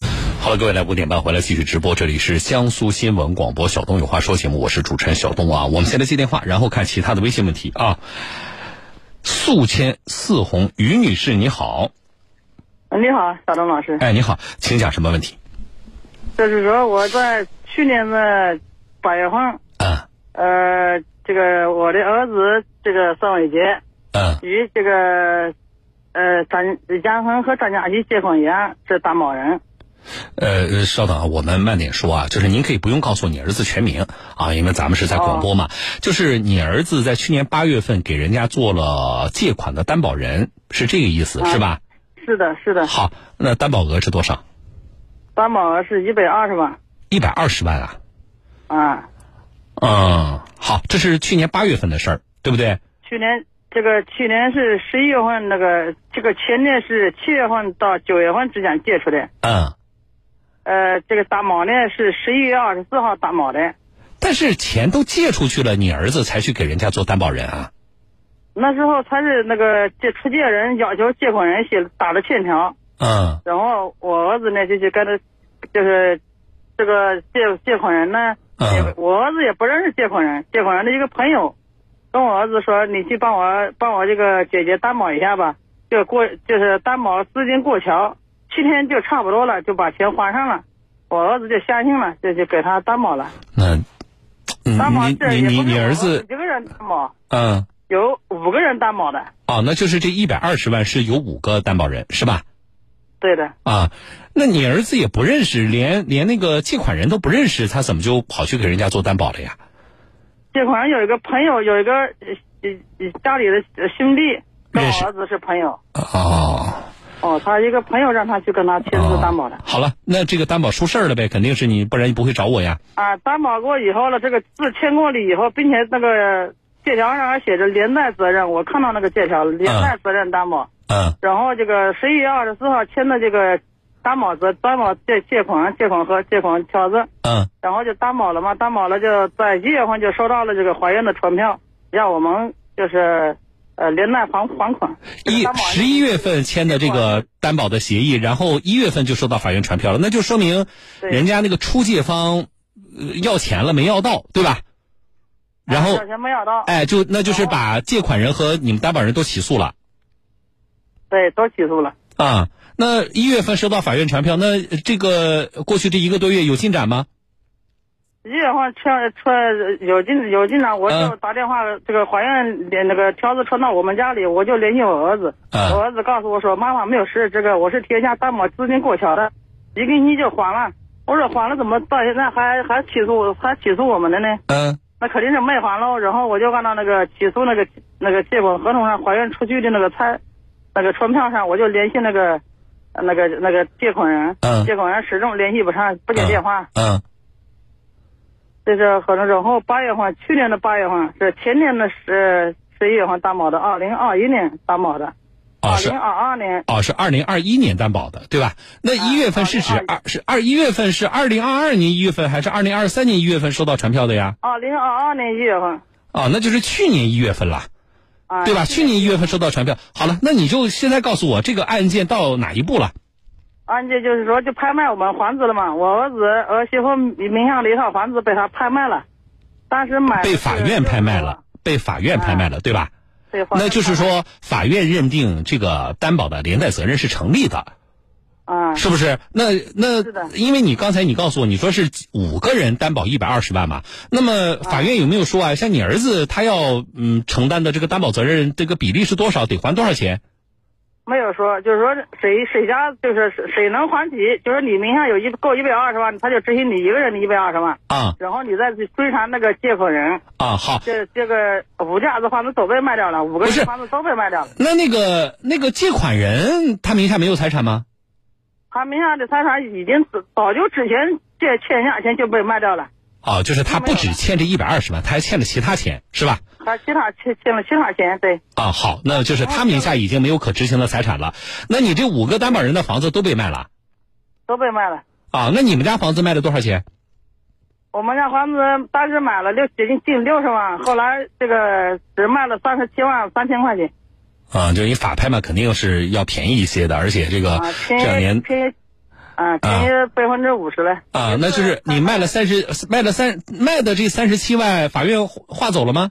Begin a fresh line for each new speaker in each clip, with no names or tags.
好了，各位来五点半回来继续直播，这里是江苏新闻广播《小东有话说》节目，我是主持人小东啊。我们先来接电话，然后看其他的微信问题啊。宿迁四红于女士，你好，
嗯你好，小东老师，
哎，你好，请讲什么问题？
就是说我在去年的八月份，
啊，
呃，这个我的儿子这个上伟杰
嗯
与这个呃张杨恒和张佳琪结婚一样是担保人，
呃，呃稍等啊，我们慢点说啊，就是您可以不用告诉你儿子全名啊，因为咱们是在广播嘛。就是你儿子在去年八月份给人家做了借款的担保人，是这个意思、是吧？
是的，是的，
好，那担保额是多少？
担保额是一百二十万
一百二十万啊。
啊。
嗯，好，这是去年八月份的事儿，对不对？
去年这个去年是十一月份，那个这个前年是七月份到九月份之间借出的，
嗯，
呃，这个担保呢是十一月二十四号担保的，
但是钱都借出去了，你儿子才去给人家做担保人啊？
那时候他是那个借出借人要求借款人写打了欠条，
嗯
然后我儿子呢就去跟他，就是这个借借款人呢，也
嗯
我儿子也不认识借款人，借款人的一个朋友跟我儿子说：“你去帮我帮我这个姐姐担保一下吧，就过就是担保资金过桥，七天就差不多了，就把钱还上了。”我儿子就相信了，就就给他担保了。
那，
担保
嗯
这
你
也
你
不是
你你
我
儿子
一个人担保，
嗯
有五个人担保的，
哦，那就是这一百二十万是有五个担保人是吧？
对的。
啊，那你儿子也不认识，连连那个借款人都不认识，他怎么就跑去给人家做担保了呀？
借款人有一个朋友，有一个呃呃家里的呃兄弟跟
认识
我儿子是朋友，
哦，
哦，他一个朋友让他去跟他亲自担保的。
好了，那这个担保出事儿了呗，肯定是你，不然你不会找我呀。
啊，担保过以后了，这个字签过了以后，并且那个借条上还写着连带责任，我看到那个借条连带责任担保。
嗯
然后这个十一月二十四号签的这个担保责担保借借款借款和借款条子，
嗯
然后就担保了嘛，担保了就在一月份就收到了这个怀孕的传票，让我们就是呃连带还还款。这个
一
担保
十一月份签的这个担保的协议，然后一月份就收到法院传票了，那就说明
对
人家那个出借方、呃要钱了没要到，对吧？然后
小，钱没要到，
哎，就那就是把借款人和你们担保人都起诉了
对，都起诉了。
啊。那一月份收到法院传票，那这个过去这一个多月有进展吗？
一月份传传有进有进展，我就
嗯
打电话，这个怀孕的那个条子传到我们家里，我就联系我儿子，
嗯
我儿子告诉我说妈妈没有事，这个我是添加担保资金过桥的，一个星期就还了。我说还了怎么到现在还还起诉我还起诉我们的呢？
嗯
那肯定是没还喽。然后我就按照那个起诉那个那个借款合同上怀孕出具的那个菜，那个传票上，我就联系那个呃那个那个借款人，
嗯
借款人始终联系不上，不接电话。
嗯
这是合同。然后八月份，去年的八月份是前年的十十一月份担保的，二零二一年担保的，
啊
二
是
零二二年
哦，是二零二一年担保的，对吧？那一月份是指
2021
二是二一月份是二零二二年一月份还是二零二三年一月份收到传票的呀？
二零二二年一月份
哦，那就是去年一月份了，
啊，
对吧？去年一月份收到传票，好了，那你就现在告诉我这个案件到哪一步了？
按揭啊就是说就拍卖我们房子了嘛，我儿子儿媳妇名下的一套房子被他拍卖了，当时买的
被
是
法院拍卖了，被法院拍卖了，对吧？
对，法院
那就是
拍卖
说，法院认定这个担保的连带责任是成立的，
啊，
是不是？那那
是的
因为你刚才你告诉我，你说是五个人担保一百二十万嘛？那么法院有没有说啊？像你儿子他要嗯承担的这个担保责任这个比例是多少？得还多少钱？
没有说，就是说谁谁家就是谁谁能还起，就是你名下有一够一百二十万，他就执行你一个人的一百二十万，
啊
然后你再去追查那个借款人，
啊，好，
这这个五家子房子都被卖掉了，五个
不是
人房子都被卖掉了，
那那个那个借款人他名下没有财产吗？
他名下的财产已经早早就之前借欠下钱就被卖掉了，
哦，就是他不只欠这一百二十万，他还欠了其他钱，是吧？
还其他欠欠了其他钱，对
啊，好，那就是他名下已经没有可执行的财产了。那你这五个担保人的房子都被卖了
都被卖了。
啊？那你们家房子卖了多少钱？
我们家房子当时买了六近近六十万，后来这个只卖了三十七万三千块钱
啊，就你法拍嘛，肯定是要便宜一些的，而且这个
啊，
这两
便宜
年
便宜啊，便宜了百分之五十了。
啊，那就是你卖了三十，卖了三卖的这三十七万，法院划走了吗？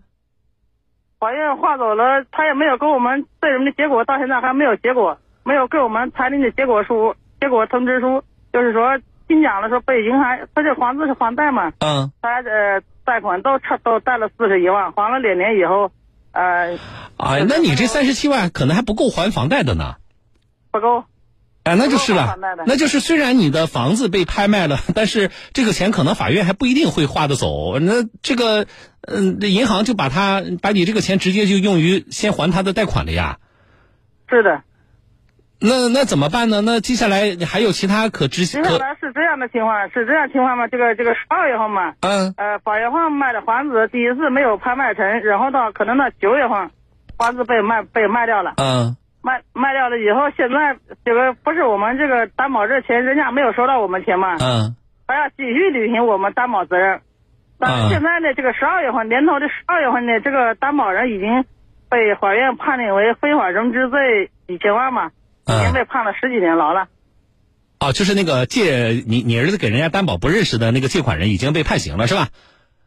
法院划走了，他也没有给我们对人的结果，到现在还没有结果，没有给我们裁定的结果书、结果通知书，就是说听讲了说被银行，他这房子是还贷嘛，
嗯，
他呃贷款都差都贷了四十一万，还了两年以后，呃
哎，那你这三十七万可能还不够还房贷的呢。
不够。
哎，那就是
不够还
了
房贷的，
那就是虽然你的房子被拍卖了，但是这个钱可能法院还不一定会划得走。那这个，嗯，这银行就把它把你这个钱直接就用于先还他的贷款了呀。
是的，
那那怎么办呢？那接下来还有其他可执
接下
可
来是这样的情况，是这样情况嘛？这个这个十二月份嘛，
嗯
呃，法院方卖的房子第一次没有拍卖成，然后到可能到九月份，房子被卖被卖掉了，
嗯
卖卖掉了以后，现在这个不是我们这个担保这钱，人家没有收到我们钱嘛，
嗯
还要继续履行我们担保责任。但
嗯
是现在呢，这个十二月份年头的十二月份呢，这个担保人已经被法院判定为非法融资罪几千万嘛，已经
嗯
被判了十几年牢了。
啊，就是那个借你你儿子给人家担保不认识的那个借款人已经被判刑了是吧？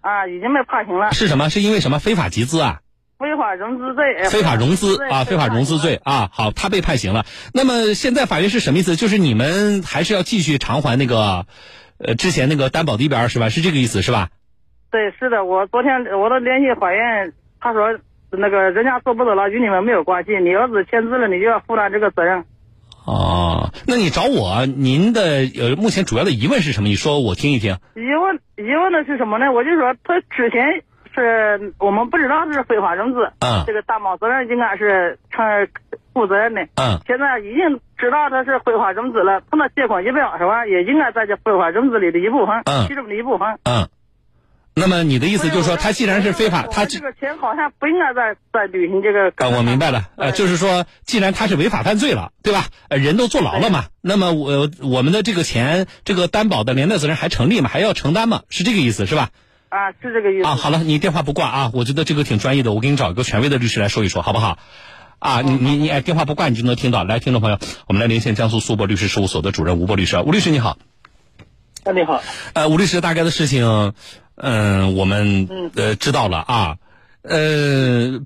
啊，已经被判刑了，
是什么？是因为什么非法集资啊？
非法融资罪。呃
非法融资
罪
啊，非法融资罪啊，好，他被判刑了。那么现在法院是什么意思？就是你们还是要继续偿还那个，呃，之前那个担保的一百二十万，是这个意思是吧？
对，是的，我昨天我都联系法院，他说那个人家做不走了，与你们没有关系，你儿子签字了，你就要负担这个责任。
哦，那你找我，您的呃，目前主要的疑问是什么？你说我听一听。
疑问疑问的是什么呢？我就说他之前是我们不知道是非法融资，
嗯
这个担保责任应该是承负责任的。
嗯
现在已经知道他是非法融资了，他那借款一百二十万也应该在这非法融资里的一部分，
嗯
其中的一部分。
嗯。那么你的意
意
思就是说，他既然是非法，他既
这个钱好像不应该再再履行这个。
啊，我明白了，呃，就是说，既然他是违法犯罪了，对吧？呃，人都坐牢了嘛，那么我呃我们的这个钱，这个担保的连带责任还成立吗？还要承担吗？是这个意思，是吧？
啊，是这个意思。
啊，好了，你电话不挂啊，我觉得这个挺专业的，我给你找一个权威的律师来说一说，好不好？啊，你你你，哎，电话不挂你就能听到。来，听众朋友，我们来连线江苏苏博律师事务所的主任吴博律师，吴律师你好。
啊，你好，
呃，吴律师，大概的事情，嗯、我们呃知道了啊，呃，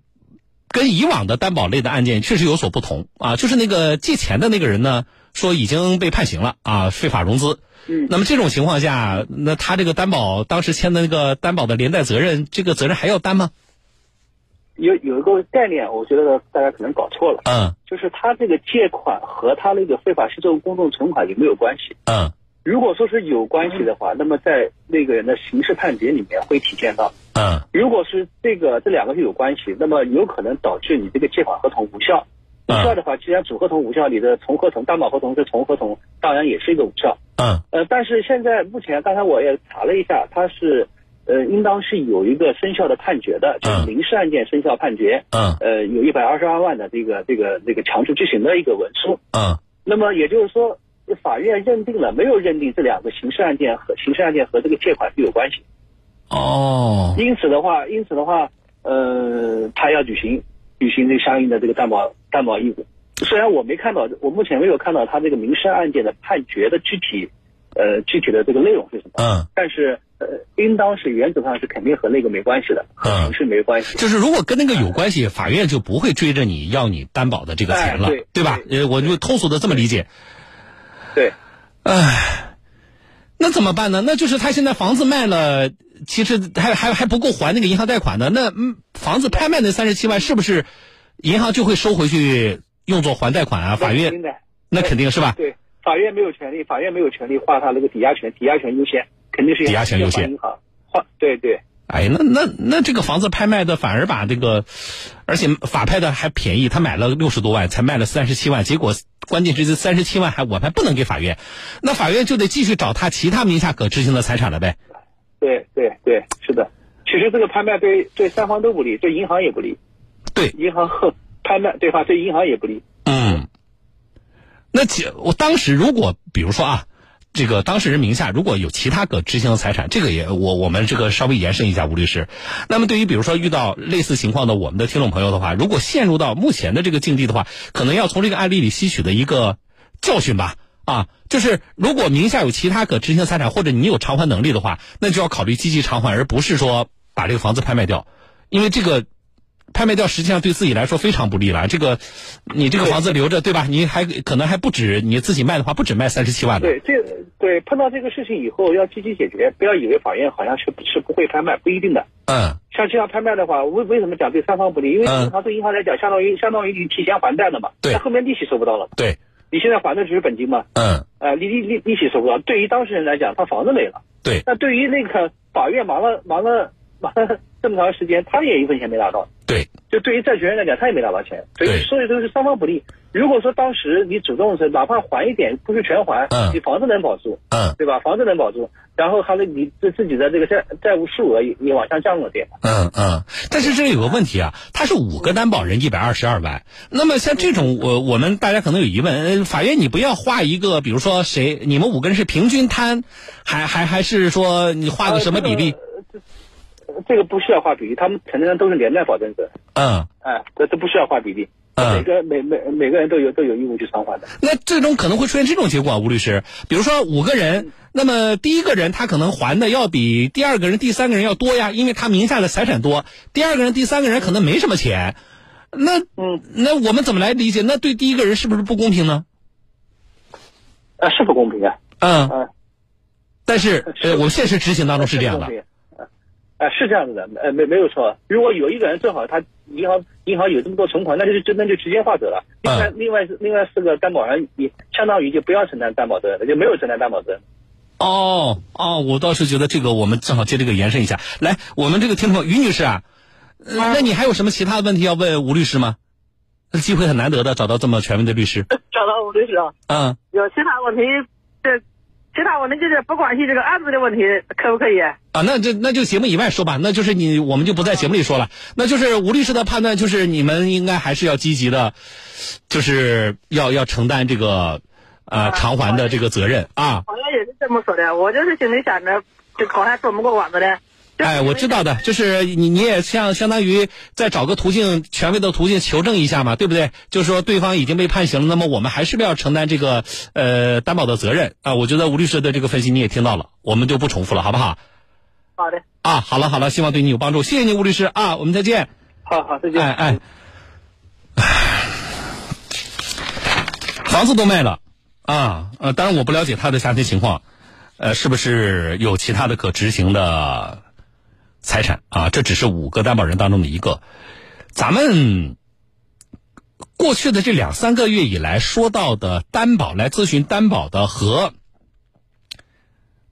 跟以往的担保类的案件确实有所不同啊，就是那个借钱的那个人呢，说已经被判刑了啊，非法融资。
嗯
那么这种情况下，那他这个担保当时签的那个担保的连带责任，这个责任还要担吗？
有有一个概念，我觉得大家可能搞错了，
嗯
就是他这个借款和他那个非法失踪公众存款有没有关系？
嗯
如果说是有关系的话，那么在那个人的刑事判决里面会体现到；
嗯
如果是这个这两个是有关系，那么有可能导致你这个借款合同无效。无效的话，既然主合同无效，你的从合同、担保合同是从合同，当然也是一个无效。
嗯
呃，但是现在目前，刚才我也查了一下，它是呃，应当是有一个生效的判决的，就是民事案件生效判决。
嗯
呃，有一百二十二万的这个这个这个强制执行的一个文书。
嗯
那么也就是说，法院认定了没有认定这两个刑事案件和刑事案件和这个借款是有关系，
哦
因此的话，因此的话，呃，他要履行履行这个相应的这个担保担保义务。虽然我没看到，我目前没有看到他这个民事案件的判决的具体，呃，具体的这个内容是什么，
嗯，
但是呃，应当是原则上是肯定和那个没关系的，和
嗯
刑事没关系。
就是如果跟那个有关系，法院就不会追着你要你担保的这个钱了，
哎对
吧？呃，我就通俗的这么理解。
对。
唉，那怎么办呢？那就是他现在房子卖了，其实还还还不够还那个银行贷款呢。那嗯，房子拍卖那三十七万是不是银行就会收回去用作还贷款啊？法
明
院
白。
那肯定是 吧？
对，法院没有权利，法院没有权利划他那个抵押权，抵押权优先，肯定是
抵押权优先
银行划，对对
哎，那那那这个房子拍卖的反而把这个，而且法拍的还便宜，他买了六十多万，才卖了三十七万，结果关键是这三十七万还我还不能给法院，那法院就得继续找他其他名下可执行的财产了呗。
对对对，是的。其实这个拍卖对对三方都不利，对银行也不利，
对，
银行呵拍卖对吧？对银行也不利。
嗯，那其我当时如果比如说啊，这个当事人名下如果有其他可执行的财产，这个也我我们这个稍微延伸一下，吴律师。那么对于比如说遇到类似情况的我们的听众朋友的话，如果陷入到目前的这个境地的话，可能要从这个案例里吸取的一个教训吧。啊，就是如果名下有其他可执行财产，或者你有偿还能力的话，那就要考虑积极偿还，而不是说把这个房子拍卖掉，因为这个拍卖掉实际上对自己来说非常不利了。这个你这个房子留着，对吧？你还可能还不止你自己卖的话，不止卖三十七万的。
对，这对碰到这个事情以后要积极解决，不要以为法院好像是是不会拍卖，不一定的。
嗯，
像这样拍卖的话，为为什么讲对三方不利？因为
嗯
正常对银行来讲，相当于相当于你提前还贷了嘛，
对
但后面利息收不到了嘛，
对，
你现在还的只是本金嘛，
嗯，
呃，利利利利息收不到。对于当事人来讲，他房子没了，
对，
那对于那个法院忙了忙了忙了这么长时间，他也一分钱没拿到。
对，
就对于债权人来讲，他也没拿到钱，所以
对
所以都是双方不利。如果说当时你主动是哪怕还一点，不是全还，
嗯
你房子能保住，
嗯
对吧？房子能保住，然后还能你自自己的这个债债务数额也也往下降了点。
嗯嗯。但是这有个问题啊，他是五个担保人，一百二十二万。那么像这种，我我们大家可能有疑问，呃法院你不要画一个，比如说谁，你们五个人是平均摊，还还还是说你画呃个什么比例？
这个不需要画比例，他们承担的都是连带保证责，
嗯。
哎，这这不需要画比例，
嗯
每个每每每个人都有都有义务去偿还的。
那最终可能会出现这种结果啊，吴律师。比如说五个人，那么第一个人他可能还的要比第二个人、第三个人要多呀，因为他名下的财产多。第二个人、第三个人可能没什么钱，那
嗯，
那我们怎么来理解？那对第一个人是不是不公平呢？
啊，是不公平啊，
嗯，
啊，
但是
是
呃，我们现实执行当中是这样的
不公。平。啊，是这样子的，呃，没没有错。如果有一个人正好他银行银行有这么多存款，那就是那就直接划走了。另
嗯
外、另外另外四个担保人，你相当于就不要承担担保责任了，就没有承担担保责任。
哦哦，我倒是觉得这个我们正好借这个延伸一下。来，我们这个听众于女士啊，呃那你还有什么其他的问题要问吴律师吗？机会很难得的，找到这么权威的律师。
找到吴律师了。
嗯。
啊有其他问题，这其他问题就是不关系这个案子的问题，可不可以？
啊，那这那就节目以外说吧，那就是你我们就不在节目里说了，那就是吴律师的判断就是你们应该还是要积极的，就是要要承担这个呃偿还的这个责任啊。
好像也是这么说的，我就是心里想着，这好像转不过弯子的。就是
哎，我知道的，就是你你也像相当于再找个途径，权威的途径求证一下嘛，对不对？就是说对方已经被判刑了，那么我们还是不要承担这个呃担保的责任啊。我觉得吴律师的这个分析你也听到了，我们就不重复了，好不好？
好的。
啊，好了好了，希望对你有帮助，谢谢你吴律师啊，我们再见。
好好，再见。
哎哎，房子都卖了啊，呃，当然我不了解他的家庭情况，呃，是不是有其他的可执行的财产啊？这只是五个担保人当中的一个。咱们过去的这两三个月以来说到的担保来咨询担保的和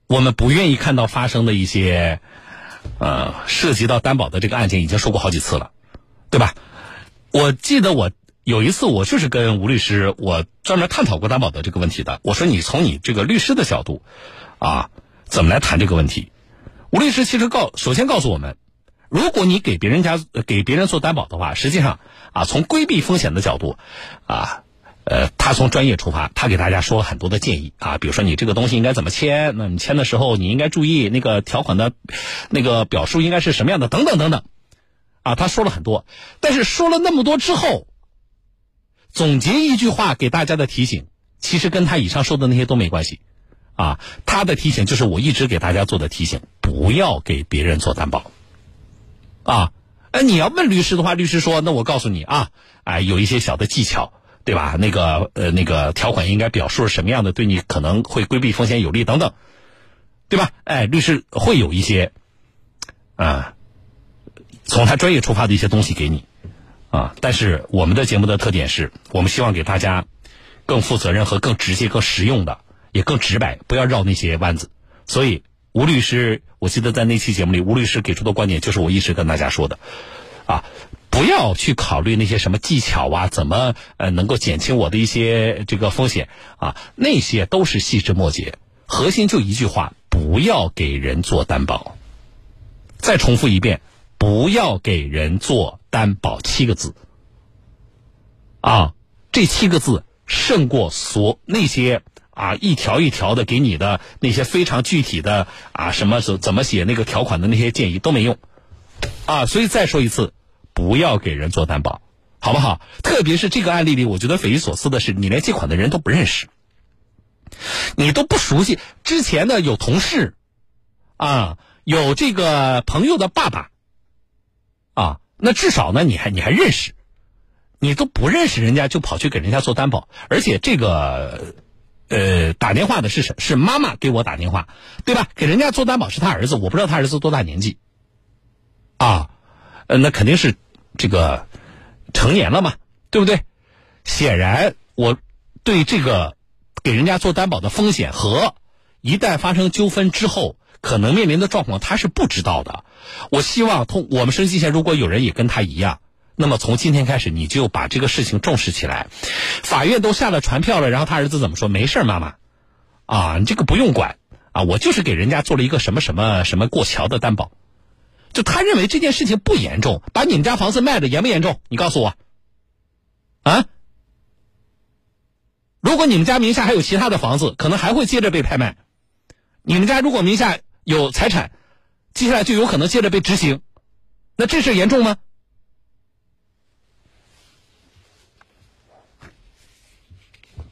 我们不愿意看到发生的一些呃涉及到担保的这个案件，已经说过好几次了。对吧？我记得我有一次，我就是跟吴律师，我专门探讨过担保的这个问题的。我说你从你这个律师的角度，啊，怎么来谈这个问题？吴律师其实告，首先告诉我们，如果你给别人家呃给别人做担保的话，实际上啊，从规避风险的角度，啊。呃，他从专业出发，他给大家说了很多的建议啊，比如说你这个东西应该怎么签，那你签的时候你应该注意那个条款的，那个表述应该是什么样的，等等等等。啊，他说了很多，但是说了那么多之后，总结一句话给大家的提醒，其实跟他以上说的那些都没关系，啊，他的提醒就是我一直给大家做的提醒，不要给别人做担保，啊，哎，你要问律师的话，律师说，那我告诉你啊，哎，有一些小的技巧。对吧？那个呃，那个条款应该表述是什么样的，对你可能会规避风险有利等等，对吧？哎，律师会有一些啊、从他专业出发的一些东西给你，啊，但是我们的节目的特点是我们希望给大家更负责任和更直接、更实用的，也更直白，不要绕那些弯子。所以吴律师，我记得在那期节目里，吴律师给出的观点就是我一直跟大家说的，啊，不要去考虑那些什么技巧啊，怎么呃能够减轻我的一些这个风险啊，那些都是细枝末节，核心就一句话：不要给人做担保。再重复一遍，不要给人做担保七个字。啊，这七个字胜过所那些啊一条一条的给你的那些非常具体的啊什么怎怎么写那个条款的那些建议都没用。啊，所以再说一次，不要给人做担保，好不好？特别是这个案例里，我觉得匪夷所思的是，你连借款的人都不认识。你都不熟悉之前的有同事，啊，有这个朋友的爸爸，啊，那至少呢，你还你还认识，你都不认识人家就跑去给人家做担保，而且这个呃打电话的是谁？是妈妈给我打电话，对吧？给人家做担保是他儿子，我不知道他儿子多大年纪，啊，呃，那肯定是这个成年了嘛，对不对？显然我对这个给人家做担保的风险和一旦发生纠纷之后可能面临的状况，他是不知道的。我希望通我们生息线，如果有人也跟他一样，那么从今天开始你就把这个事情重视起来。法院都下了传票了，然后他儿子怎么说？没事儿，妈妈，啊，你这个不用管啊，我就是给人家做了一个什么什么什么过桥的担保。就他认为这件事情不严重，把你们家房子卖了严不严重？你告诉我，啊？如果你们家名下还有其他的房子，可能还会接着被拍卖。你们家如果名下有财产，接下来就有可能接着被执行。那这事儿严重吗？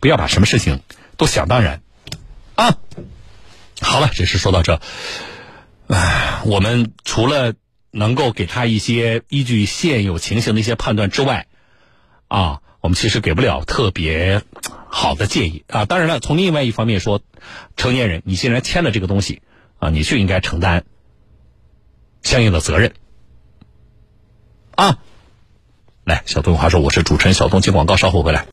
不要把什么事情都想当然啊！好了，这事说到这，唉，我们除了能够给他一些依据现有情形的一些判断之外，啊，我们其实给不了特别好的建议啊。当然了，从另外一方面说，成年人你既然签了这个东西啊，你就应该承担相应的责任啊。来，小东有话说，我是主持人小东，进广告，稍后回来。